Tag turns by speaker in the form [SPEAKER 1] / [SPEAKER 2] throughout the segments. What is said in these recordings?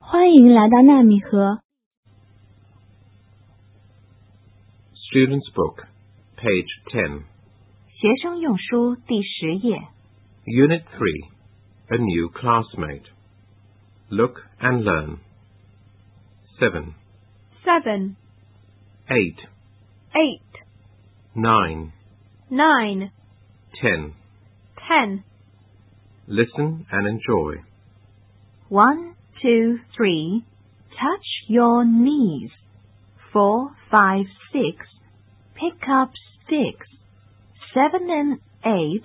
[SPEAKER 1] 欢迎来到纳米盒
[SPEAKER 2] Student's Book, page 10,
[SPEAKER 1] 学生用书第十页。
[SPEAKER 2] Unit 3 A New Classmate. Look and Learn. 7,
[SPEAKER 3] 7,
[SPEAKER 2] 8,
[SPEAKER 3] 8,
[SPEAKER 2] 9,
[SPEAKER 3] 9,
[SPEAKER 2] 10.
[SPEAKER 3] 10.
[SPEAKER 2] Listen and enjoy.
[SPEAKER 1] One, two, three. Touch your knees. Four, five, six. Pick up sticks. Seven and eight.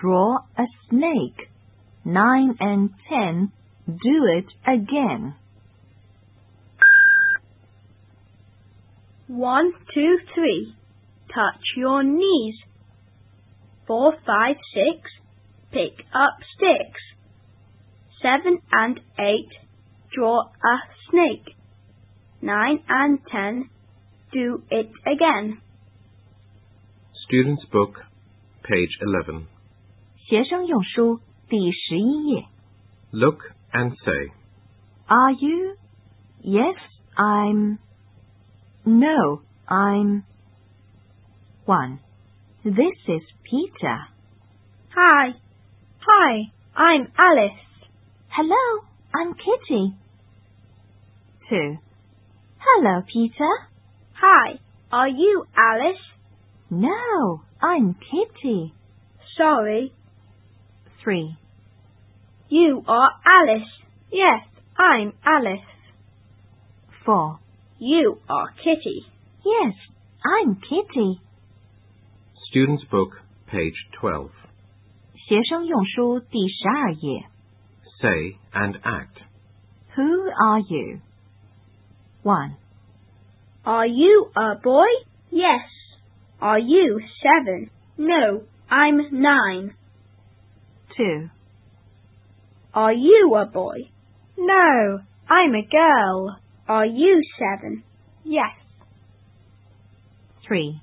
[SPEAKER 1] Draw a snake. Nine and ten. Do it again.
[SPEAKER 3] One, two, three. Touch your knees. Four, five, six. Pick up sticks. Seven and eight. Draw a snake. Nine and ten. Do it again.
[SPEAKER 2] Student's Book, page 11.
[SPEAKER 1] 学生用书第十一页。
[SPEAKER 2] Look and say.
[SPEAKER 1] Are you? Yes, I'm. No, I'm. 1. This is Peter.
[SPEAKER 3] Hi. Hi. I'm Alice.
[SPEAKER 1] Hello, I'm Kitty. 2. Hello, Peter.
[SPEAKER 3] Hi. Are you Alice?
[SPEAKER 1] No, I'm Kitty.
[SPEAKER 3] Sorry.
[SPEAKER 1] 3.
[SPEAKER 3] You are Alice. Yes, I'm Alice.
[SPEAKER 1] 4.
[SPEAKER 3] You are Kitty.
[SPEAKER 1] Yes, I'm Kitty.
[SPEAKER 2] Student's Book, page 12.
[SPEAKER 1] 学生用书第十二页。
[SPEAKER 2] Say and act.
[SPEAKER 1] Who are you? 1.
[SPEAKER 3] Are you a boy? Yes. Are you seven? No, I'm nine.
[SPEAKER 1] 2.
[SPEAKER 3] Are you a boy? No, I'm a girl. Are you seven? Yes.
[SPEAKER 1] 3.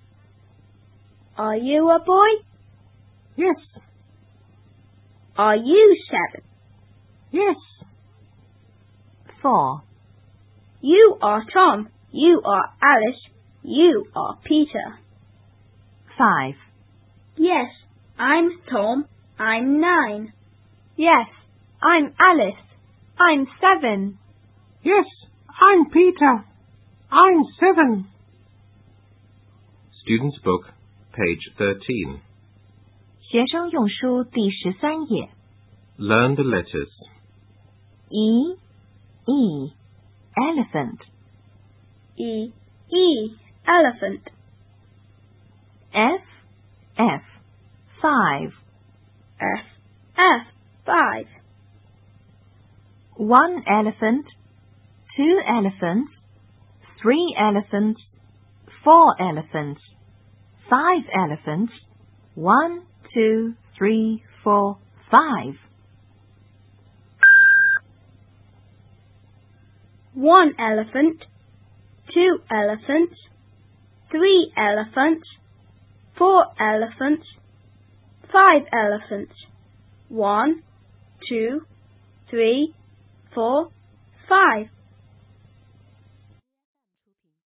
[SPEAKER 3] Are you a boy?
[SPEAKER 1] Yes,
[SPEAKER 3] Are you seven?
[SPEAKER 1] yes. 4.
[SPEAKER 3] You are Tom. You are Alice. You are Peter.
[SPEAKER 1] 5.
[SPEAKER 3] Yes, I'm Tom. I'm nine. Yes, I'm Alice. I'm seven.
[SPEAKER 2] Yes, I'm Peter. I'm seven. Student's Book, page 13.
[SPEAKER 1] 学生用书第十三页
[SPEAKER 2] Learn the letters.
[SPEAKER 1] ，e e elephant
[SPEAKER 3] E E elephant.
[SPEAKER 1] f f five
[SPEAKER 3] F F five.
[SPEAKER 1] one elephant two elephants three elephants four elephants five elephants one two three four five
[SPEAKER 3] One elephant, two elephants, three elephants, four elephants, five elephants. One, two, three, four, five.